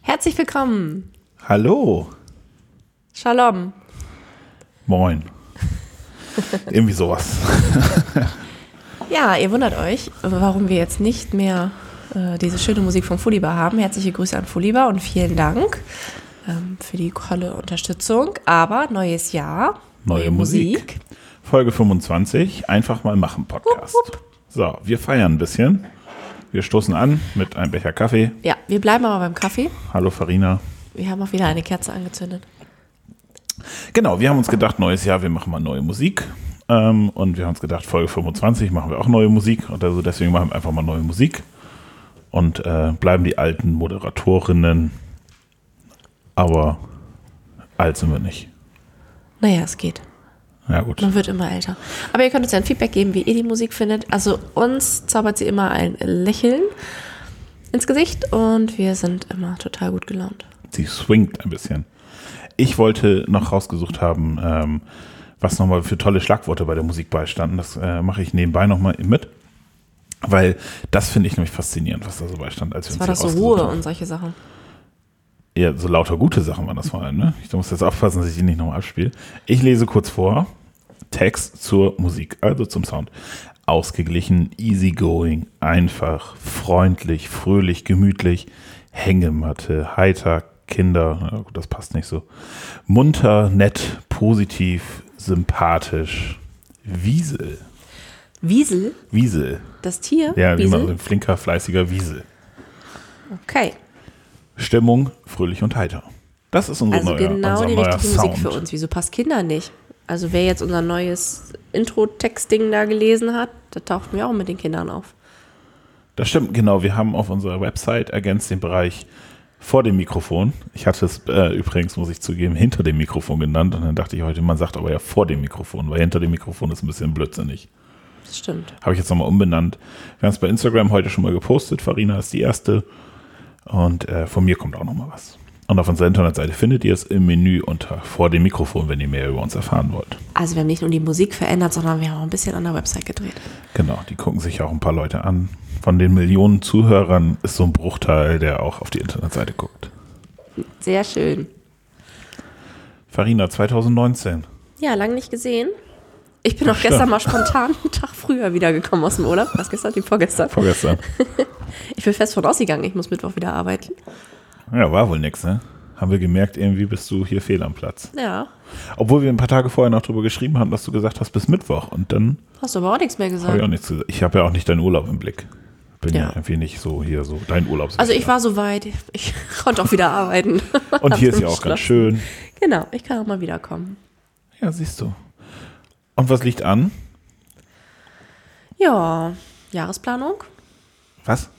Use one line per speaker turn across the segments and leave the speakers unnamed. Herzlich willkommen.
Hallo.
Shalom.
Moin. Irgendwie sowas.
Ja, ihr wundert euch, warum wir jetzt nicht mehr äh, diese schöne Musik von Fuliba haben. Herzliche Grüße an Fuliba und vielen Dank ähm, für die tolle Unterstützung. Aber neues Jahr.
Neue Musik. Folge 25, einfach mal machen Podcast.
Wupp, wupp.
So, wir feiern ein bisschen. Wir stoßen an mit einem Becher Kaffee.
Ja, wir bleiben aber beim Kaffee.
Hallo Farina.
Wir haben auch wieder eine Kerze angezündet.
Genau, wir haben uns gedacht, neues Jahr, wir machen mal neue Musik. Ähm, und wir haben uns gedacht, Folge 25 machen wir auch neue Musik. Und also deswegen machen wir einfach mal neue Musik. Und äh, bleiben die alten Moderatorinnen. Aber alt sind wir nicht.
Naja, es geht.
Ja gut.
Man wird immer älter. Aber ihr könnt uns ja ein Feedback geben, wie ihr die Musik findet. Also uns zaubert sie immer ein Lächeln ins Gesicht und wir sind immer total gut gelaunt.
Sie swingt ein bisschen. Ich wollte noch rausgesucht haben, ähm, was nochmal für tolle Schlagworte bei der Musik beistanden. Das äh, mache ich nebenbei nochmal mit. Weil das finde ich nämlich faszinierend, was da so beistand. Als wir
Es
uns
war
hier
doch so
rausgesucht
Ruhe
haben.
und solche Sachen.
Ja, so lauter gute Sachen waren das vor allem. Ne? Ich muss jetzt aufpassen, dass ich die nicht nochmal abspiele. Ich lese kurz vor. Text zur Musik, also zum Sound. Ausgeglichen, easygoing, einfach, freundlich, fröhlich, gemütlich, Hängematte, heiter, Kinder, na gut, das passt nicht so. Munter, nett, positiv, sympathisch. Wiesel.
Wiesel,
Wiesel.
das Tier.
Ja, wie man so
Wiesel.
ein flinker, fleißiger Wiesel.
Okay,
Stimmung, fröhlich und heiter. Das ist unser
also
neuer,
genau
unser
die
neuer
richtige
Sound.
Musik für uns. Wieso passt Kinder nicht? Also wer jetzt unser neues Intro-Text-Ding da gelesen hat, da taucht mir auch mit den Kindern auf.
Das stimmt, genau. Wir haben auf unserer Website ergänzt den Bereich vor dem Mikrofon. Ich hatte es äh, übrigens, muss ich zugeben, hinter dem Mikrofon genannt. Und dann dachte ich heute, man sagt aber ja vor dem Mikrofon, weil hinter dem Mikrofon ist ein bisschen blödsinnig.
Das stimmt.
Habe ich jetzt nochmal umbenannt. Wir haben es bei Instagram heute schon mal gepostet. Farina ist die erste. Und äh, von mir kommt auch nochmal was. Und auf unserer Internetseite findet ihr es im Menü unter vor dem Mikrofon, wenn ihr mehr über uns erfahren wollt.
Also wir haben nicht nur die Musik verändert, sondern wir haben auch ein bisschen an der Website gedreht.
Genau, die gucken sich auch ein paar Leute an. Von den Millionen Zuhörern ist so ein Bruchteil, der auch auf die Internetseite guckt.
Sehr schön.
Farina 2019.
Ja, lang nicht gesehen. Ich bin auch
Stimmt.
gestern mal spontan einen Tag früher wiedergekommen aus dem Urlaub. Was gestern? Die vorgestern.
Vorgestern.
Ich bin fest von ausgegangen, ich muss Mittwoch wieder arbeiten.
ja, war wohl nix, ne? Haben wir gemerkt, irgendwie bist du hier fehl am Platz.
Ja,
Obwohl wir ein paar Tage vorher noch drüber geschrieben haben, dass du gesagt hast, bis Mittwoch. Und dann
hast du aber auch nichts mehr
habe ich auch
gesagt.
nichts gesagt. Ich habe ja auch nicht deinen Urlaub im Blick. Bin ja,
Ja.
irgendwie nicht so hier so dein Urlaubs.
Also ich war soweit, ich konnte auch wieder arbeiten.
Und hier ist ja auch ganz schön.
Genau, ich kann auch mal wiederkommen.
Ja, siehst du. Und was liegt an?
Ja, Jahresplanung.
Was?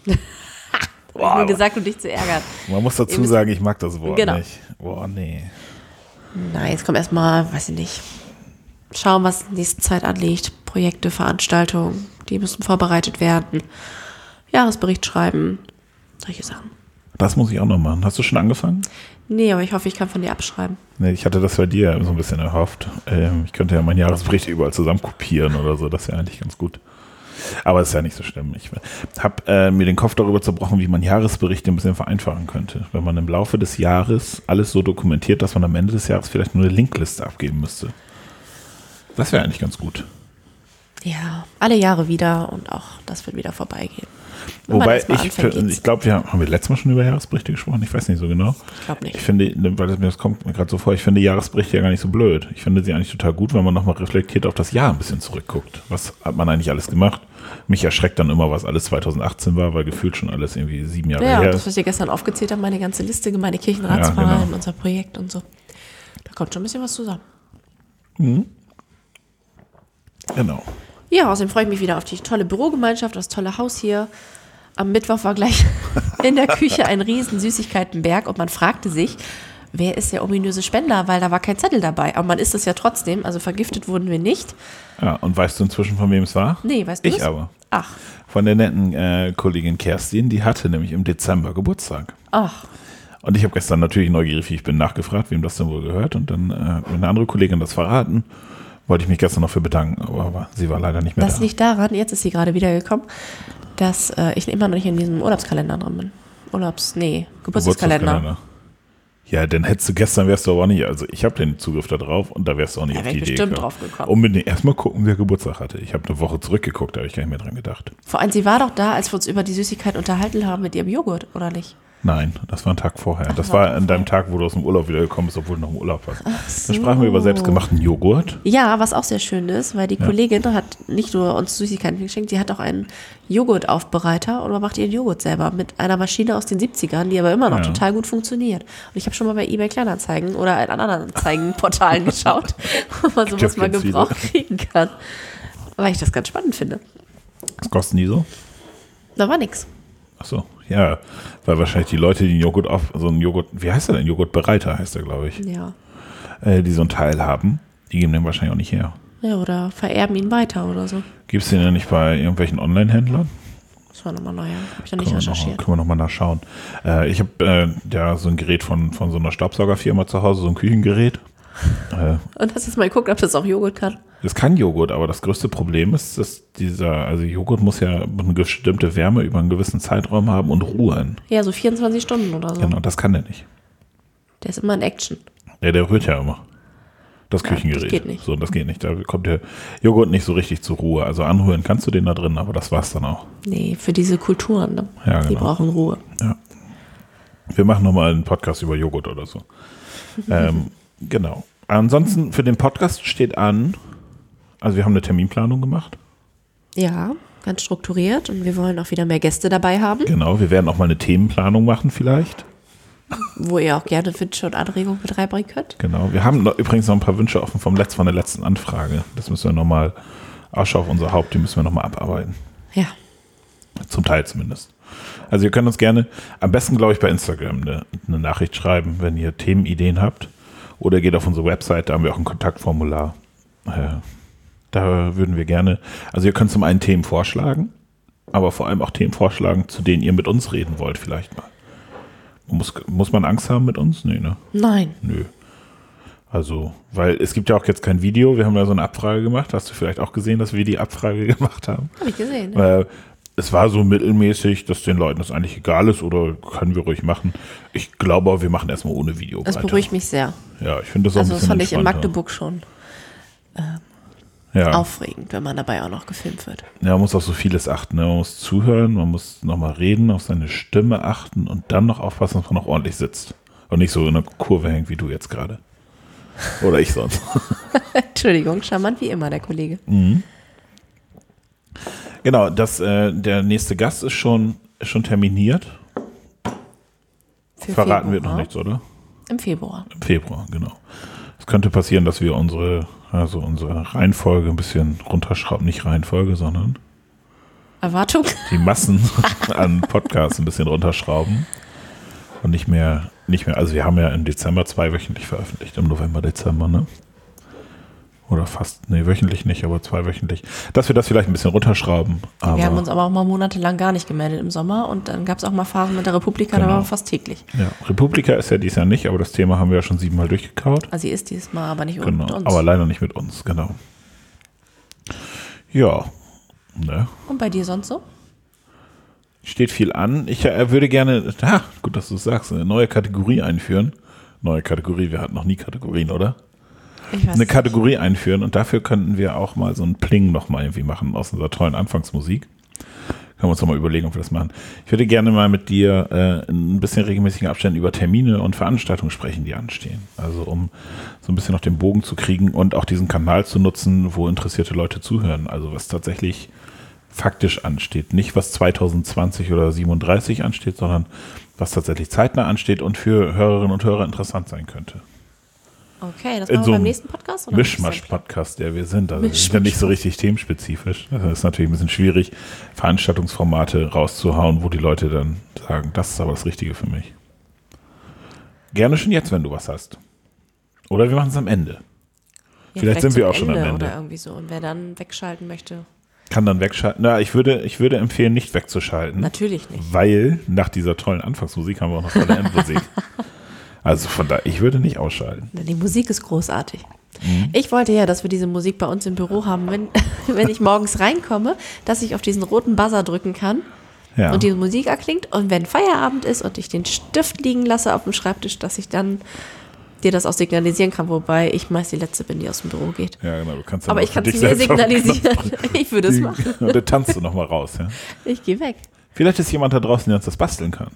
Hab ich
Boah,
mir gesagt, um dich zu ärgern.
man muss
Ihr
dazu
müsst-
sagen, ich mag das Wort
Genau.
nicht. Boah, nee.
Nein, jetzt kommt erstmal, weiß ich nicht, schauen, was in nächster Zeit anliegt. Projekte, Veranstaltungen, die müssen vorbereitet werden. Jahresbericht schreiben, solche Sachen.
Das muss ich auch noch machen. Hast du schon angefangen?
Nee, aber ich hoffe, ich kann von dir abschreiben.
Nee, ich hatte das bei dir so ein bisschen erhofft. Ähm, ich könnte ja meinen Jahresbericht überall zusammen kopieren oder so. Das wäre eigentlich ganz gut. Aber ist ja nicht so schlimm. Ich habe äh, mir den Kopf darüber zerbrochen, wie man Jahresberichte ein bisschen vereinfachen könnte. Wenn man im Laufe des Jahres alles so dokumentiert, dass man am Ende des Jahres vielleicht nur eine Linkliste abgeben müsste. Das wäre eigentlich ganz gut.
Ja, alle Jahre wieder und auch das wird wieder vorbeigehen. Wenn man
Wobei
erst mal
ich,
anfängt,
für-
geht's.
ich glaube, wir haben, haben wir letztes Mal schon über Jahresberichte gesprochen. Ich weiß nicht so genau.
Ich glaub nicht.
Ich finde, ne, weil das mir das kommt mir gerade so vor, ich finde Jahresberichte ja gar nicht so blöd. Ich finde sie eigentlich total gut, wenn man nochmal reflektiert auf das Jahr ein bisschen zurückguckt. Was hat man eigentlich alles gemacht? Mich erschreckt dann immer, was alles 2018 war, weil gefühlt schon alles irgendwie sieben Jahre
ja,
her
und
ist.
das, was ihr gestern aufgezählt habt, meine ganze Liste, meine
Ja,
Kirchenratsverein,
genau.
unser Projekt und so. Da kommt schon ein bisschen was zusammen.
Genau.
Ja, außerdem freue ich mich wieder auf die tolle Bürogemeinschaft, das tolle Haus hier. Am Mittwoch war gleich in der Küche ein riesen Süßigkeitenberg und man fragte sich, wer ist der ominöse Spender, weil da war kein Zettel dabei. Aber man isst es ja trotzdem, also vergiftet wurden wir nicht.
Ja, und weißt du inzwischen, von wem es war?
Nee, weißt du
Ich
es?
aber.
Ach,
Von der netten äh, Kollegin Kerstin, die hatte nämlich im Dezember Geburtstag.
ach,
Und ich habe gestern natürlich neugierig, wie ich bin, nachgefragt, wem das denn wohl gehört. Und dann äh, hat mir eine andere Kollegin das verraten. Wollte ich mich gestern noch für bedanken, aber war- sie war leider nicht mehr
das
da.
liegt daran, jetzt ist sie gerade wiedergekommen, dass äh, ich immer noch nicht in diesem Urlaubskalender drin bin. Urlaubs, nee, Geburtstagskalender.
Geburtstagskalender. Ja, dann hättest du gestern wärst du aber auch nicht, also ich habe den Zugriff da drauf und da wärst du auch nicht
Da
auf
wär
die
ich
Idee
bestimmt drauf gekommen.
Unbedingt erstmal gucken, wer Geburtstag hatte. Ich habe eine Woche zurückgeguckt, da habe ich gar nicht mehr dran gedacht.
Vor allem, sie war doch da, als wir uns über die Süßigkeit unterhalten haben mit ihrem Joghurt, oder nicht?
Nein, das war ein Tag vorher. das
das war
war
ein
an deinem Tag, wo du aus dem Urlaub wieder gekommen bist, obwohl du noch im Urlaub warst.
so.
Dann sprachen wir über selbstgemachten Joghurt.
Ja, was auch sehr schön ist, weil die Kollegin hat nicht nur uns Süßigkeiten geschenkt, die hat auch einen Joghurtaufbereiter und man macht ihren Joghurt selber mit einer Maschine aus den 70ern, die aber immer noch
Ja.
total gut funktioniert. Und ich habe schon mal bei eBay Kleinanzeigen oder in anderen Anzeigenportalen geschaut, wo man sowas
Gibt's
mal
ganz
gebraucht
viele.
kriegen kann. Weil ich das ganz spannend finde.
Was kosten die so?
Da war nix.
Ach so, ja. Weil wahrscheinlich die Leute, die einen Joghurt auf, so einen Joghurt, wie heißt der denn? Joghurtbereiter heißt der, glaube ich.
Ja.
Äh, die so einen Teil haben, die geben den wahrscheinlich auch nicht her.
Ja, oder vererben ihn weiter oder so.
Gibt es den ja nicht bei irgendwelchen Online-Händlern?
Das war nochmal neu. Habe ich noch nicht
Können wir, noch, mal-
recherchiert.
können wir noch mal nachschauen. Äh, ich habe äh, ja so ein Gerät von, von so einer Staubsaugerfirma zu Hause, so ein Küchengerät.
Und hast jetzt mal geguckt, ob das auch Joghurt kann.
Das kann Joghurt, aber das größte Problem ist, dass dieser, also Joghurt muss ja eine bestimmte Wärme über einen gewissen Zeitraum haben und ruhen.
Ja, so 24 Stunden oder so.
Genau, das kann der nicht.
Der ist immer in Action.
Ja, der rührt ja immer. Das
das
Küchengerät.
geht nicht.
So, das geht nicht. Da kommt der Joghurt nicht so richtig zur Ruhe. Also anrühren kannst du den da drin, aber das war's dann auch.
Nee, für diese Kulturen. Ne?
Ja,
Die
genau.
brauchen Ruhe.
Wir machen nochmal einen Podcast über Joghurt oder so. ähm, genau. Ansonsten für den Podcast steht an, also wir haben eine Terminplanung gemacht.
Ja, ganz strukturiert. Und wir wollen auch wieder mehr Gäste dabei haben,
Genau, wir werden auch mal eine Themenplanung machen vielleicht.
wo ihr auch gerne Wünsche und Anregungen mit reinbringen könnt.
Genau. Wir haben noch, übrigens noch ein paar Wünsche offen vom Letz, von der letzten Anfrage. Das müssen wir nochmal, Ausschau auf unser Haupt, die müssen wir nochmal abarbeiten.
Ja,
Zum Teil zumindest. Also ihr könnt uns gerne, am besten glaube ich bei Instagram eine, eine Nachricht schreiben, wenn ihr Themenideen habt. Oder geht auf unsere Website, da haben wir auch ein Kontaktformular. Äh, da würden wir gerne, also ihr könnt zum einen Themen vorschlagen, aber vor allem auch Themen vorschlagen, zu denen ihr mit uns reden wollt vielleicht mal. Muss, muss man Angst haben mit uns? Nee, ne?
nein.
Nö. Also, weil es gibt ja auch jetzt kein Video. Wir haben ja so eine Abfrage gemacht. Hast du vielleicht auch gesehen, dass wir die Abfrage gemacht haben?
Habe ich gesehen. Ne?
Äh, es war so mittelmäßig, dass den Leuten das eigentlich egal ist oder können wir ruhig machen. Ich glaube, aber, wir machen erstmal ohne Video
Das
weiter.
beruhigt mich sehr.
Ja, ich finde das auch
Also,
ein
das
bisschen
fand ich in
entspannter.
Magdeburg schon
ja.
aufregend, wenn man dabei auch noch gefilmt wird.
ja, man muss auf so vieles achten. Ne? Man muss zuhören, man muss nochmal reden, auf seine Stimme achten und dann noch aufpassen, dass man noch ordentlich sitzt. Und nicht so in einer Kurve hängt, wie du jetzt gerade. Oder ich sonst.
Entschuldigung, charmant wie immer, der Kollege.
Hm. Genau, das, äh, der nächste Gast ist schon, ist schon terminiert.
Für
Verraten wir
Februar.
noch nichts, oder?
Im Februar.
Im Februar, genau. Es könnte passieren, dass wir unsere, also unsere Reihenfolge ein bisschen runterschrauben. Nicht Reihenfolge, sondern
Erwartung?
die Massen an Podcasts ein bisschen runterschrauben. Und nicht mehr, nicht mehr, also wir haben ja im Dezember zweiwöchentlich veröffentlicht, im November, Dezember, ne? Oder fast, nee, wöchentlich nicht, aber zweiwöchentlich. Dass wir das vielleicht ein bisschen runterschrauben. Aber
Wir haben uns aber auch mal monatelang gar nicht gemeldet im Sommer und dann gab es auch mal Phasen mit der Republika, da
Genau.
waren wir fast täglich.
Ja, Republika ist ja dies Jahr nicht, aber das Thema haben wir ja schon siebenmal durchgekaut.
Also sie ist dieses Mal aber nicht
Genau,
mit uns.
aber leider nicht mit uns, genau. Ja, ne.
und bei dir sonst so?
Steht viel an. Ich äh, würde gerne, ah, gut, dass du es sagst, eine neue Kategorie einführen. Neue Kategorie, wir hatten noch nie Kategorien, oder?
Ich weiß
Eine
nicht.
Kategorie einführen und dafür könnten wir auch mal so ein Pling nochmal irgendwie machen aus unserer tollen Anfangsmusik. Können wir uns nochmal überlegen, ob wir das machen. Ich würde gerne mal mit dir äh, in ein bisschen regelmäßigen Abständen über Termine und Veranstaltungen sprechen, die anstehen. Also um so ein bisschen noch den Bogen zu kriegen und auch diesen Kanal zu nutzen, wo interessierte Leute zuhören. Also was tatsächlich faktisch ansteht. Nicht was 2020 oder 37 ansteht, sondern was tatsächlich zeitnah ansteht und für Hörerinnen und Hörer interessant sein könnte.
Okay, das
in
machen wir
so
beim
einem
nächsten Podcast? oder?
Mischmasch-Podcast, der wir sind. Also wir sind ja nicht so richtig themenspezifisch. Das ist natürlich ein bisschen schwierig, Veranstaltungsformate rauszuhauen, wo die Leute dann sagen, das ist aber das Richtige für mich. Gerne schon jetzt, wenn du was hast. Oder wir machen es am Ende.
Ja,
Vielleicht sind wir
zum
auch schon am Ende.
Oder irgendwie so. Und wer dann wegschalten möchte,
Kann dann wegschalten. Na, ich würde, ich würde empfehlen, nicht wegzuschalten.
natürlich nicht.
Weil nach dieser tollen Anfangsmusik haben wir auch noch tolle Endmusik. also von da, ich würde nicht ausschalten.
Die Musik ist großartig.
Mhm.
Ich wollte ja, dass wir diese Musik bei uns im Büro haben, wenn, wenn ich morgens reinkomme, dass ich auf diesen roten Buzzer drücken kann
Ja.
und die Musik erklingt. Und wenn Feierabend ist und ich den Stift liegen lasse auf dem Schreibtisch, dass ich dann dir das auch signalisieren kann, wobei ich meist die Letzte bin, die aus dem Büro geht.
Ja, genau. Du kannst dann
Aber
noch
ich
für
kann
dich
es mir
selbst auf den
signalisieren.
Knopf
Ich würde es
drücken.
machen.
Und dann tanzt du nochmal raus. Ja?
Ich gehe weg.
Vielleicht ist jemand da draußen, der uns das basteln kann.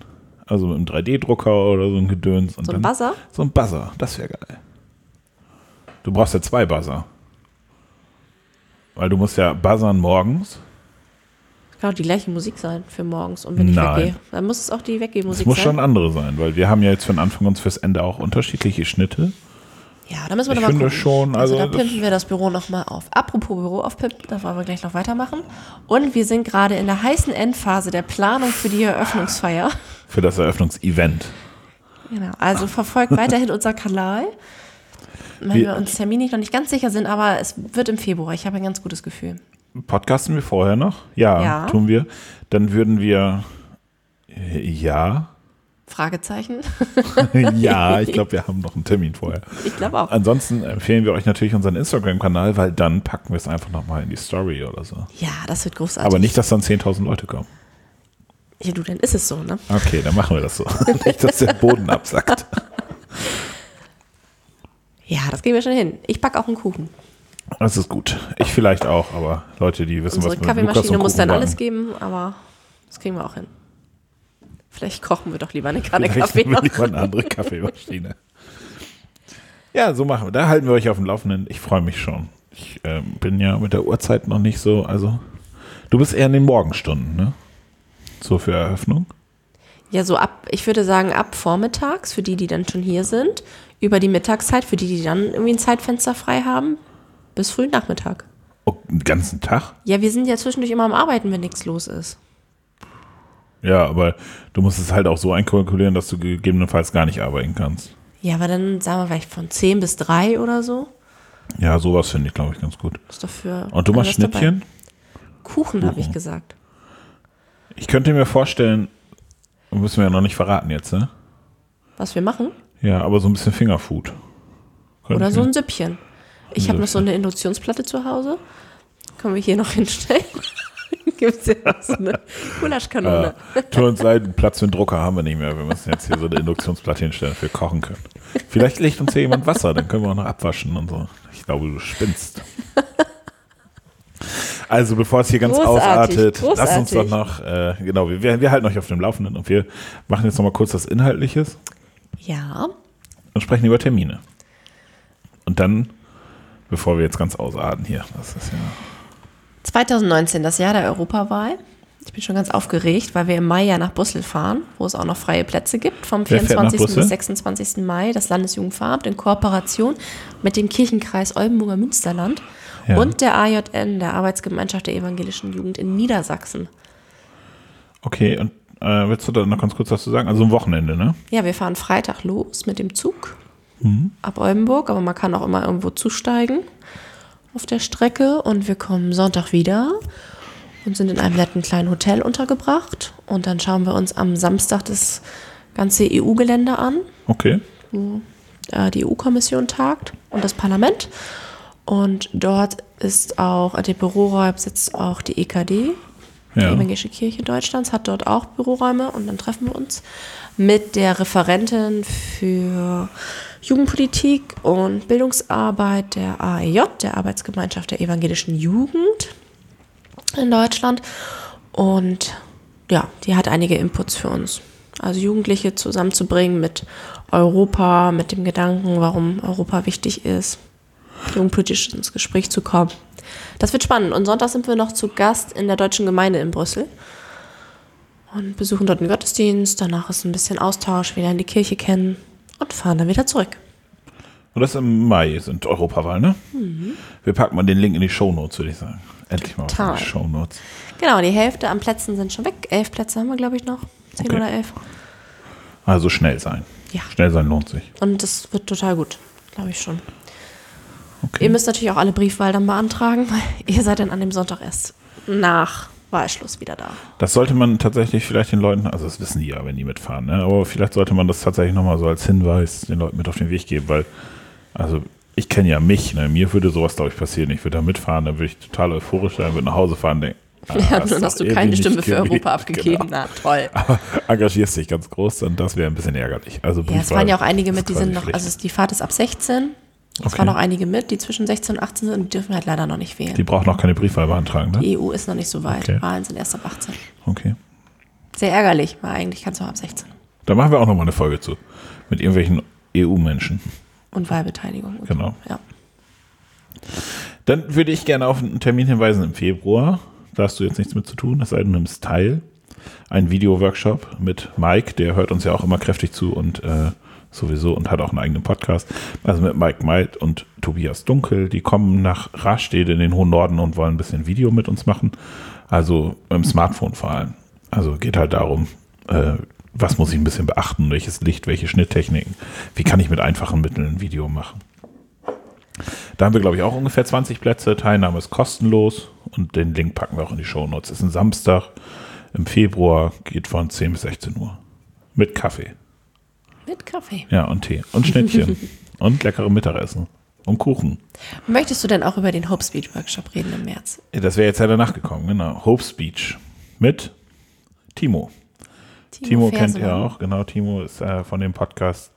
Also mit einem 3D-Drucker oder so ein Gedöns. Und
So ein
dann,
Buzzer?
So ein Buzzer, das wäre geil. Du brauchst ja zwei Buzzer. Weil du musst ja buzzern morgens.
Kann auch die gleiche Musik sein für morgens und wenn ich
Nein.
weggehe. Dann muss es auch die
Es
Weggehmusik
muss
sein.
schon andere sein, weil wir haben ja jetzt für den Anfang und fürs Ende auch unterschiedliche Schnitte.
ja, da müssen wir
Ich
nochmal
finde
gucken.
schon, also
da
das-
pimpen wir das Büro nochmal auf. Apropos Büro aufpimpen, da wollen wir gleich noch weitermachen. Und wir sind gerade in der heißen Endphase der Planung für die Eröffnungsfeier.
Für das Eröffnungsevent.
Genau, also verfolgt weiterhin unseren Kanal. Wenn
Wir-
wir uns terminlich noch nicht ganz sicher sind, aber es wird im Februar. Ich habe ein ganz gutes Gefühl.
Podcasten wir vorher noch? Ja,
Ja.
tun wir. Dann würden wir. äh, Ja.
Fragezeichen?
ja, ich glaube, wir haben noch einen Termin vorher.
Ich glaube auch.
Ansonsten empfehlen wir euch natürlich unseren Instagram-Kanal, weil dann packen wir es einfach nochmal in die Story oder so.
Ja, das wird großartig.
Aber nicht, dass dann 10.000 Leute kommen.
Ja, du, dann ist es so, ne?
Okay, dann machen wir das so. nicht, dass der Boden absackt.
Ja, das gehen wir schon hin. Ich backe auch einen Kuchen.
Das ist gut. Ich vielleicht auch, aber Leute, die wissen,
Unsere
was mit Lukas
Kaffeemaschine
und
muss
Kuchen
dann alles
backen.
geben, aber das kriegen wir auch hin. Vielleicht kochen wir doch lieber eine Kanne
Vielleicht
Kaffee
nehmen wir
noch.
lieber eine andere Kaffeemaschine. ja, so machen wir. Da halten wir euch auf dem Laufenden. Ich freue mich schon. Ich ähm, bin ja mit der Uhrzeit noch nicht so. Also, du bist eher in den Morgenstunden, ne? So für Eröffnung.
Ja, so ab, ich würde sagen, ab vormittags, für die, die dann schon hier sind, über die Mittagszeit, für die, die dann irgendwie ein Zeitfenster frei haben, bis frühen Nachmittag.
Oh, den ganzen Tag?
Ja, wir sind ja zwischendurch immer am Arbeiten, wenn nichts los ist.
Ja, aber du musst es halt auch so einkalkulieren, dass du gegebenenfalls gar nicht arbeiten kannst.
Ja, aber dann sagen wir vielleicht von 10 bis 3 oder so.
Ja, sowas finde ich, glaube ich, ganz gut.
Ist dafür
Und du machst
alles dabei.
Schnittchen?
Kuchen, habe ich
Kuchen.
gesagt.
Ich könnte mir vorstellen, müssen wir ja noch nicht verraten jetzt, ne?
Was wir machen?
Ja, aber so ein bisschen Fingerfood. Könnte
Oder
ich
so
mir-
ein Süppchen. Ich habe noch so eine Induktionsplatte zu Hause. Können wir hier noch hinstellen? Gibt es ja noch so eine
Äh,
Gulaschkanone.
Ja, tut uns leid, einen Platz für einen Drucker haben wir nicht mehr. Wir müssen jetzt hier so eine Induktionsplatte hinstellen, für kochen können. Vielleicht legt uns hier jemand Wasser, dann können wir auch noch abwaschen und so. Ich glaube, du spinnst. Also bevor es hier ganz
Großartig,
ausartet, lasst uns
großartig.
doch noch, äh, genau, wir- wir, wir halten euch auf dem Laufenden und wir machen jetzt nochmal kurz das Inhaltliches
Ja.
und sprechen über Termine. Und dann, bevor wir jetzt ganz ausarten hier, das ist ja
2019, das Jahr der Europawahl. Ich bin schon ganz aufgeregt, weil wir im Mai ja nach Brüssel fahren, wo es auch noch freie Plätze gibt, vom
Wer fährt nach
24.
Brüssel?
bis 26. Mai, das Landesjugendveramt in Kooperation mit dem Kirchenkreis Oldenburger Münsterland
Ja.
und der AJN, der Arbeitsgemeinschaft der evangelischen Jugend in Niedersachsen.
Okay, und äh, willst du da noch ganz kurz was zu sagen? Also am Wochenende, ne?
Ja, wir fahren Freitag los mit dem Zug ab Oldenburg, aber man kann auch immer irgendwo zusteigen auf der Strecke und wir kommen Sonntag wieder und sind in einem netten kleinen Hotel untergebracht und dann schauen wir uns am Samstag das ganze EU-Gelände an,
Okay.
wo äh, die EU-Kommission tagt und das Parlament und dort ist auch, äh, der Büroräum sitzt auch die E EKD, die
Ja.
Evangelische Kirche Deutschlands hat dort auch Büroräume und dann treffen wir uns mit der Referentin für Jugendpolitik und Bildungsarbeit der AEJ, der Arbeitsgemeinschaft der evangelischen Jugend in Deutschland. Und ja, die hat einige Inputs für uns. Also Jugendliche zusammenzubringen mit Europa, mit dem Gedanken, warum Europa wichtig ist jungpolitisch ins Gespräch zu kommen. Das wird spannend. Und Sonntag sind wir noch zu Gast in der deutschen Gemeinde in Brüssel und besuchen dort einen Gottesdienst. Danach ist ein bisschen Austausch, wieder in die Kirche kennen und fahren dann wieder zurück.
Und das im Mai sind Europawahl, ne?
Mhm.
Wir packen mal den Link in die Shownotes, würde ich sagen. Endlich mal was in
Total.
die Shownotes.
Genau, die Hälfte an Plätzen sind schon weg. Elf Plätze haben wir, glaube ich, noch. Zehn
Okay.
oder elf.
Also schnell sein.
Ja.
Schnell sein lohnt sich.
Und das wird total gut, glaube ich schon.
Okay.
Ihr müsst natürlich auch alle Briefwahl dann beantragen, weil ihr seid dann an dem Sonntag erst nach Wahlschluss wieder da.
Das sollte man tatsächlich vielleicht den Leuten, also das wissen die ja, wenn die mitfahren, ne? aber vielleicht sollte man das tatsächlich nochmal so als Hinweis den Leuten mit auf den Weg geben, weil, also ich kenne ja mich, ne? mir würde sowas, glaube ich, passieren. Ich würde da mitfahren, dann würde ich total euphorisch sein, würde nach Hause fahren, denken,
Ja, und dann hast du keine Stimme für Europa abgegeben.
Genau.
Na toll.
Aber engagierst dich ganz groß, dann das wäre ein bisschen ärgerlich. Also
Ja, es
Briefwahl
waren ja auch einige
ist
mit, die sind
quasi
noch,
Pflicht.
also es- die Fahrt ist ab 16. Es
Okay.
waren auch einige mit, die zwischen 16 und 18 sind und die dürfen halt leider noch nicht
die
wählen.
brauchen noch keine Briefwahl beantragen, ne?
Die EU ist noch nicht so weit.
Okay.
Wahlen sind erst ab 18.
Okay.
Sehr ärgerlich, weil eigentlich kannst du auch ab 16.
Da machen wir auch nochmal eine Folge zu. Mit irgendwelchen E EU-Menschen.
Und Wahlbeteiligung. Und
Genau.
Ja.
Dann würde ich gerne auf einen Termin hinweisen im Februar. Da hast du jetzt nichts mit zu tun, es sei denn, du nimmst teil. Ein Video-Workshop mit Mike, der hört uns ja auch immer kräftig zu und äh, sowieso und hat auch einen eigenen Podcast. Also mit Mike Meid und Tobias Dunkel, die kommen nach Rastede in den hohen Norden und wollen ein bisschen Video mit uns machen. Also im Smartphone vor allem. Also geht halt darum, äh, was muss ich ein bisschen beachten, welches Licht, welche Schnitttechniken, wie kann ich mit einfachen Mitteln ein Video machen. Da haben wir, glaube ich, auch ungefähr 20 Plätze. Teilnahme ist kostenlos und den Link packen wir auch in die Shownotes. Ist ein Samstag im Februar, geht von 10 bis 16 Uhr. Mit Kaffee.
Mit Kaffee.
Ja, und Tee. Und Schnittchen. und leckerem Mittagessen. Und Kuchen.
Möchtest du denn auch über den Hope Speech Workshop reden im März?
Ja, Das wäre jetzt ja danach gekommen, genau. Hope Speech mit Timo. Timo, kennt ihr
Fersemann.
auch, genau. Timo ist äh, von dem Podcast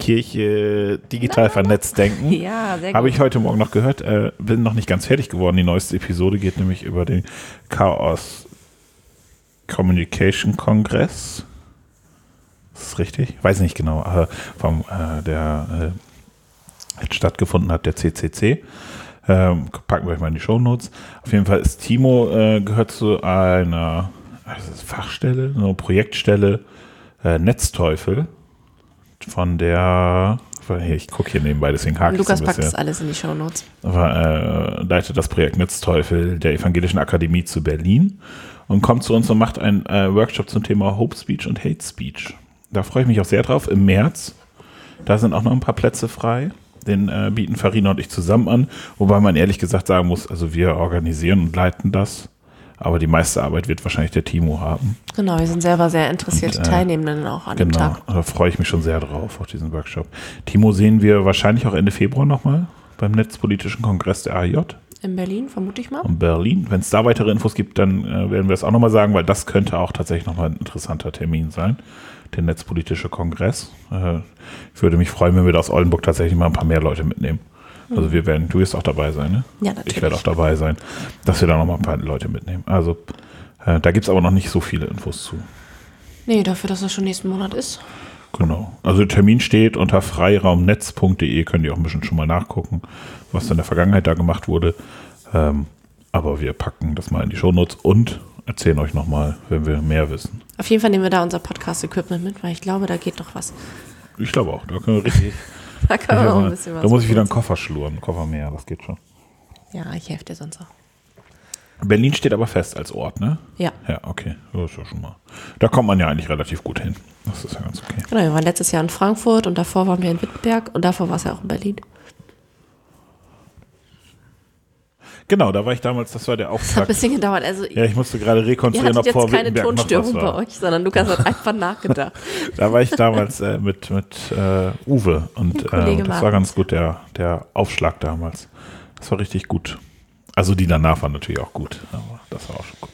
Kirche digital vernetzt denken.
Ja, sehr
Habe
gut.
ich heute Morgen noch gehört, äh, bin noch nicht ganz fertig geworden. Die neueste Episode geht nämlich über den Chaos Communication Kongress. Ist das richtig? Weiß nicht genau, aber vom, äh, der äh, jetzt stattgefunden hat, der CCC. Ähm, packen wir euch mal in die Shownotes. Auf jeden Fall ist Timo, äh, gehört zu einer was ist das, Fachstelle, eine Projektstelle äh, Netzteufel von der, ich gucke hier nebenbei, deswegen hakt es
Lukas
ein
packt
bisschen
das alles in die Shownotes.
war, äh, leitet das Projekt Netzteufel der Evangelischen Akademie zu Berlin und kommt zu uns und macht einen äh, Workshop zum Thema Hope Speech und Hate Speech. Da freue ich mich auch sehr drauf im März. Da sind auch noch ein paar Plätze frei. Den äh, bieten Farina und ich zusammen an, wobei man ehrlich gesagt sagen muss, also wir organisieren und leiten das, aber die meiste Arbeit wird wahrscheinlich der Timo haben.
Genau, wir sind selber sehr interessierte
Und, äh,
Teilnehmenden auch an dem
Genau,
Tag.
da freue ich mich schon sehr drauf, auf diesen Workshop. Timo sehen wir wahrscheinlich auch Ende Februar nochmal beim Netzpolitischen Kongress der AJ.
In Berlin, vermute ich mal.
und Berlin. Wenn es da weitere Infos gibt, dann äh, werden wir es auch nochmal sagen, weil das könnte auch tatsächlich nochmal ein interessanter Termin sein. Der Netzpolitische Kongress. Äh, ich würde mich freuen, wenn wir da aus Oldenburg tatsächlich mal ein paar mehr Leute mitnehmen. Also wir werden, du wirst auch dabei sein, ne?
Ja, natürlich.
Ich werde auch dabei sein, dass wir da nochmal ein paar Leute mitnehmen. Also äh, da gibt es aber noch nicht so viele Infos zu.
Nee, dafür, dass das schon nächsten Monat ist.
Genau. Also der Termin steht unter freiraumnetz.de, könnt ihr auch ein bisschen schon mal nachgucken, was in der Vergangenheit da gemacht wurde. Ähm, aber wir packen das mal in die Shownotes und erzählen euch nochmal, wenn wir mehr wissen.
Auf jeden Fall nehmen wir da unser Podcast-Equipment mit, weil ich glaube, da geht noch was.
Ich glaube auch, da können wir richtig.
Da kann man auch Oh, ein bisschen was.
da muss ich wieder einen
benutzen.
Koffer schlurren, einen Koffer mehr, das geht schon.
Ja, ich helfe dir sonst auch.
Berlin steht aber fest als Ort, ne?
Ja.
Ja, okay. Das ist ja schon mal. Da kommt man ja eigentlich relativ gut hin. Das ist ja ganz okay.
Genau, wir waren letztes Jahr in Frankfurt und davor waren wir in Wittenberg und davor war es ja auch in Berlin.
Genau, da war ich damals, das war der
Das hat ein
Auftrag.
bisschen gedauert. Also,
Ja, ich musste gerade
ihr
rekonstruieren,
hattet
ob vor
jetzt keine
Wittenberg noch was
Tonstörung bei
war.
euch, sondern Lukas hat einfach nachgedacht.
Da war ich damals äh, mit, mit äh, Uwe und
Ja,
äh,
Kollege
das war
Martens.
ganz gut, der, der Aufschlag damals. Das war richtig gut. Also die danach waren natürlich auch gut, aber das war auch schon gut.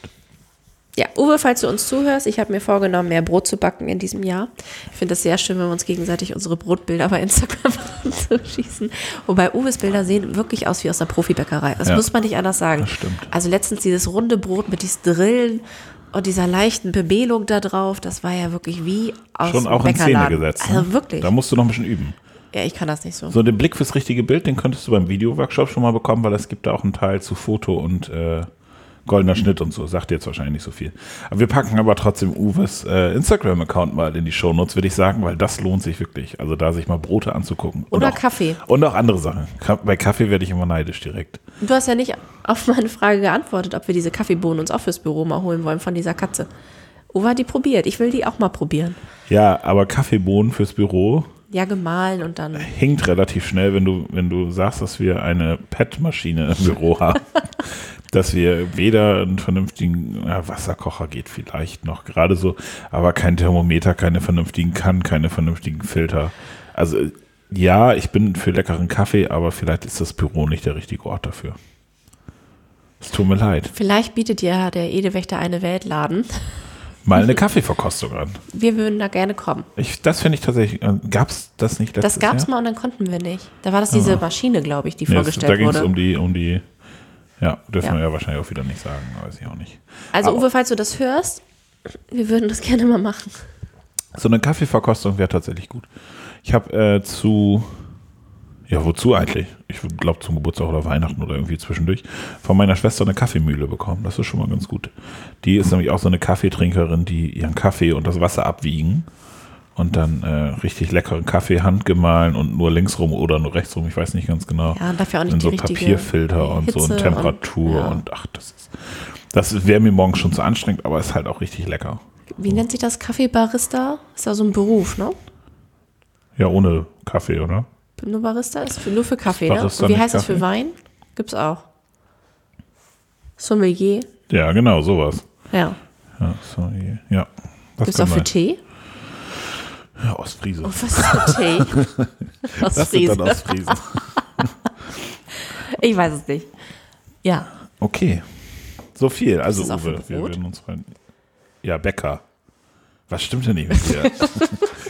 Ja, Uwe, falls du uns zuhörst, ich habe mir vorgenommen, mehr Brot zu backen in diesem Jahr. Ich finde es sehr schön, wenn wir uns gegenseitig unsere Brotbilder bei Instagram zuschießen. Wobei Uwes Bilder sehen wirklich aus wie aus einer Profibäckerei. Das
Ja.
muss man nicht anders sagen.
Das stimmt.
Also letztens dieses runde Brot mit diesen Drillen und dieser leichten Bemehlung da drauf, das war ja wirklich wie aus
Schon
dem
auch in Szene
Bäckerladen.
gesetzt. ne?
Also wirklich.
Da musst du noch ein bisschen üben.
Ja, ich kann das nicht so.
So den Blick fürs richtige Bild, den könntest du beim Video-Workshop schon mal bekommen, weil es gibt da auch einen Teil zu Foto und äh, goldener Schnitt und so. Sagt dir jetzt wahrscheinlich nicht so viel. Aber wir packen aber trotzdem Uwes äh, Instagram-Account mal in die Shownotes, würde ich sagen, weil das lohnt sich wirklich. Also da sich mal Brote anzugucken. Und
Oder
auch,
Kaffee.
Und auch andere Sachen. Ka bei Kaffee werde ich immer neidisch direkt.
Du hast ja nicht auf meine Frage geantwortet, ob wir diese Kaffeebohnen uns auch fürs Büro mal holen wollen von dieser Katze. Uwe hat die probiert. Ich will die auch mal probieren.
Ja, aber Kaffeebohnen fürs Büro
Ja, gemahlen und dann.
hinkt relativ schnell, wenn du, wenn du sagst, dass wir eine PET-Maschine im Büro haben. dass wir weder einen vernünftigen ja, Wasserkocher geht vielleicht noch gerade so, aber kein Thermometer, keine vernünftigen Kannen, keine vernünftigen Filter. Also äh, ja, ich bin für leckeren Kaffee, aber vielleicht ist das Büro nicht der richtige Ort dafür. Es tut mir leid.
Vielleicht bietet ja der Edewächter eine Weltladen.
Mal eine Kaffeeverkostung an.
Wir würden da gerne kommen.
Ich, das finde ich tatsächlich. äh, Gab's das nicht letztes
Das gab es
Jahr?
mal und dann konnten wir nicht. Da war das diese Maschine, glaube ich, die
Ah. Nee, das, da
vorgestellt
ging es
wurde.
um die, um die. Ja, dürfen
Ja.
wir ja wahrscheinlich auch wieder nicht sagen, weiß ich auch nicht.
also
Aber
Uwe, falls du das hörst, wir würden das gerne mal machen.
So eine Kaffeeverkostung wäre tatsächlich gut. Ich habe äh, zu. Ja, wozu eigentlich? Ich glaube zum Geburtstag oder Weihnachten oder irgendwie zwischendurch von meiner Schwester eine Kaffeemühle bekommen. Das ist schon mal ganz gut. Die ist nämlich auch so eine Kaffeetrinkerin, die ihren Kaffee und das Wasser abwiegen und dann äh, richtig leckeren Kaffee handgemahlen und nur links rum oder nur rechts rum, ich weiß nicht ganz genau.
Ja, und dafür auch nicht
In
die
so
richtige
Papierfilter und
Hitze
so und
und-
Temperatur und,
ja.
ach, das ist. Das wäre mir morgen schon zu anstrengend, aber ist halt auch richtig lecker.
Wie nennt sich das? Kaffeebarista? Ist ja so ein Beruf, ne?
Ja, ohne Kaffee, oder?
Nur Barista ist für, nur für Kaffee, ne?
Barista
Und wie
nicht
heißt das für
Kaffee?
Wein? Gibt's auch. Sommelier?
Ja, genau, sowas.
Ja.
Ja, sorry. Ja. Das
Gibt's auch für Tee?
Ja, Ostfriese.
Oh, was ist denn Tee? Aus
das sind dann
Friesen.
Ostfriesen.
Ich weiß es nicht. Ja.
Okay. So viel. Also,
Ist das auch
Uwe,
für
wir
Brot?
würden uns freuen. Ja, Bäcker. Was stimmt denn nicht mit dir?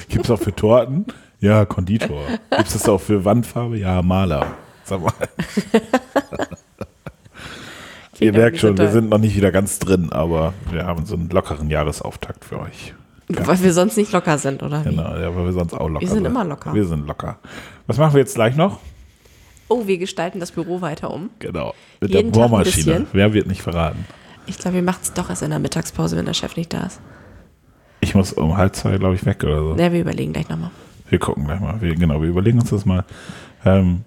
Gibt es auch für Torten? Ja, Konditor. Gibt es auch für Wandfarbe? Ja, Maler. Sag mal. Ihr
Klingt
merkt
irgendwie
schon, wir
toll.
sind noch nicht wieder ganz drin, aber wir haben so einen lockeren Jahresauftakt für euch.
Weil wir sonst nicht locker sind, oder? wie?
Genau, ja, weil wir sonst auch locker
Wir sind immer locker.
Wir sind locker. Was machen wir jetzt gleich noch?
Oh, wir gestalten das Büro weiter um.
Genau. Mit
Jeden
der
Tag ein
Bohrmaschine.
bisschen.
Wer wird nicht verraten?
Ich glaube, wir machen es doch erst in der Mittagspause, wenn der Chef nicht da ist.
Ich muss um halb zwei, glaube ich, weg oder so.
Ja, wir überlegen gleich nochmal.
Wir gucken gleich mal. Wir, genau, wir überlegen uns das mal. Ähm,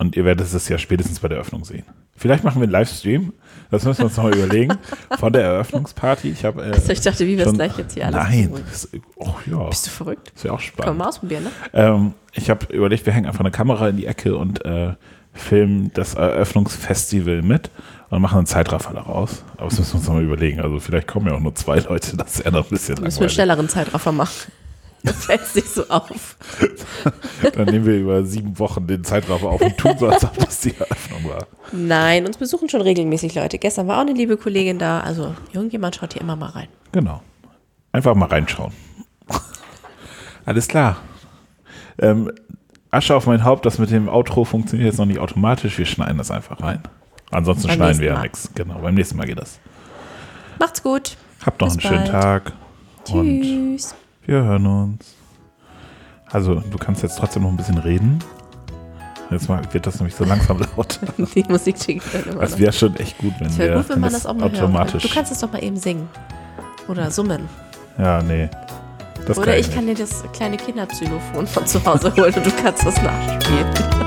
und ihr werdet es ja spätestens bei der Eröffnung sehen. Vielleicht machen wir einen Livestream. Das müssen wir uns nochmal überlegen. Von der Eröffnungsparty. Ich habe. Äh,
Also ich dachte, wie wir es
schon-
gleich jetzt hier alles
Nein.
holen.
Das, oh ja.
Bist du verrückt?
ist ja auch spannend.
Können wir mal ausprobieren, ne?
Ähm, ich habe überlegt, wir hängen einfach eine Kamera in die Ecke und äh, filmen das Eröffnungsfestival mit und machen einen Zeitraffer daraus. Aber das müssen wir uns nochmal überlegen. Also vielleicht kommen ja auch nur zwei Leute, das ist ja noch ein bisschen
Müssen wir einen
langweilig.
schnelleren Zeitraffer machen. Das fällt nicht so auf.
Dann nehmen wir über sieben Wochen den Zeitraffer auf und tun so, als ob das die Eröffnung war.
Nein, uns besuchen schon regelmäßig Leute. Gestern war auch eine liebe Kollegin da. Also irgendjemand schaut hier immer mal rein.
Genau. Einfach mal reinschauen. Alles klar. Ähm, Asche auf mein Haupt, das mit dem Outro funktioniert jetzt noch nicht automatisch. Wir schneiden das einfach rein. Ansonsten
Beim
schneiden
nächsten
wir ja
Mal.
nichts. Genau, beim nächsten Mal geht das.
Macht's gut.
Habt noch
Bis
einen schönen
bald.
Tag. Und
Tschüss.
wir hören uns. Also, du kannst jetzt trotzdem noch ein bisschen reden. Jetzt mal wird das nämlich so langsam laut.
Die Musik schickt dann immer
Das
noch.
wäre schon echt gut, wenn,
Es
wir,
wäre gut, wenn man das auch mal
automatisch.
hört. Du kannst es doch mal eben singen. Oder summen.
ja, nee. Das
Oder
kann
ich kann dir das kleine Kinderxylophon von zu Hause holen und du kannst das nachspielen.